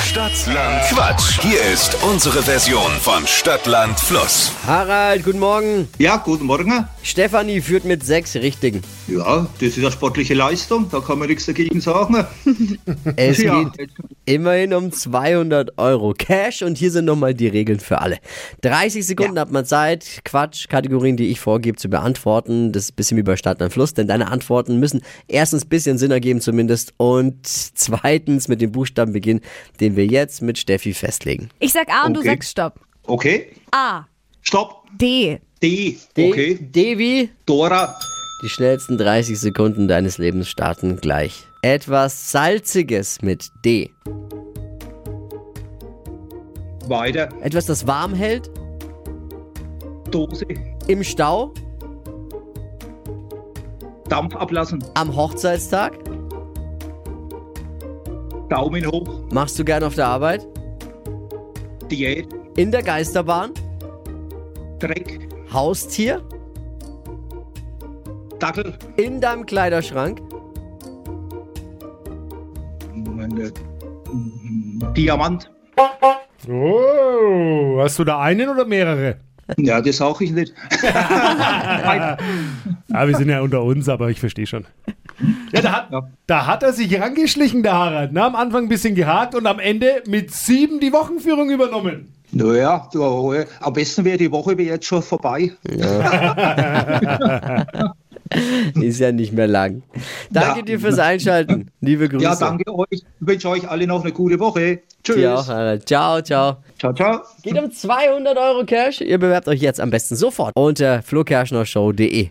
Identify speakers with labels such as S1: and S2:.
S1: Stadtland Quatsch. Hier ist unsere Version von Stadtland Fluss.
S2: Harald, guten Morgen.
S3: Ja, guten Morgen.
S2: Stefanie führt mit sechs Richtigen.
S3: Ja, das ist eine sportliche Leistung, da kann man nichts dagegen sagen.
S2: Es
S3: Ja.
S2: geht immerhin um 200 Euro Cash und hier sind nochmal die Regeln für alle. 30 Sekunden hat man Zeit, Quatsch, Kategorien, die ich vorgebe, zu beantworten. Das ist ein bisschen wie bei Stadt an Fluss, denn deine Antworten müssen erstens ein bisschen Sinn ergeben zumindest und zweitens mit dem Buchstaben beginnen, den wir jetzt mit Steffi festlegen.
S4: Ich sag A und du
S3: Okay.
S4: sagst Stopp.
S3: Okay,
S4: A.
S3: stopp.
S4: D.
S3: D.
S2: D-
S3: Okay,
S2: Devi,
S3: Dora.
S2: Die schnellsten 30 Sekunden deines Lebens starten gleich. Etwas Salziges mit D.
S3: Weiter.
S2: Etwas, das warm hält,
S3: Dose.
S2: im Stau,
S3: Dampf ablassen.
S2: am Hochzeitstag,
S3: Daumen hoch.
S2: machst du gern auf der Arbeit,
S3: Diät.
S2: in der Geisterbahn,
S3: Dreck.
S2: Haustier,
S3: Dackel.
S2: in deinem Kleiderschrank,
S3: Meine- Diamant.
S5: Oh, hast du da einen oder mehrere?
S3: Ja, das auch ich nicht.
S5: Ah, wir sind ja unter uns, aber ich verstehe schon. Ja, da, hat,
S3: Ja.
S5: da hat er sich rangeschlichen, der Harald. Na, am Anfang ein bisschen gehakt und am Ende mit sieben die Wochenführung übernommen.
S3: Naja, du, äh, am besten wäre die Woche wäre jetzt schon vorbei.
S2: ist ja nicht mehr lang. Danke
S3: Ja.
S2: dir fürs Einschalten. Liebe Grüße.
S3: Ja, danke euch. Ich wünsche euch alle noch eine gute Woche. Tschüss.
S2: Dir auch, Harald. Ciao, ciao.
S3: Ciao, ciao.
S2: Geht um 200 Euro Cash. Ihr bewerbt euch jetzt am besten sofort unter flokerschnershow.de.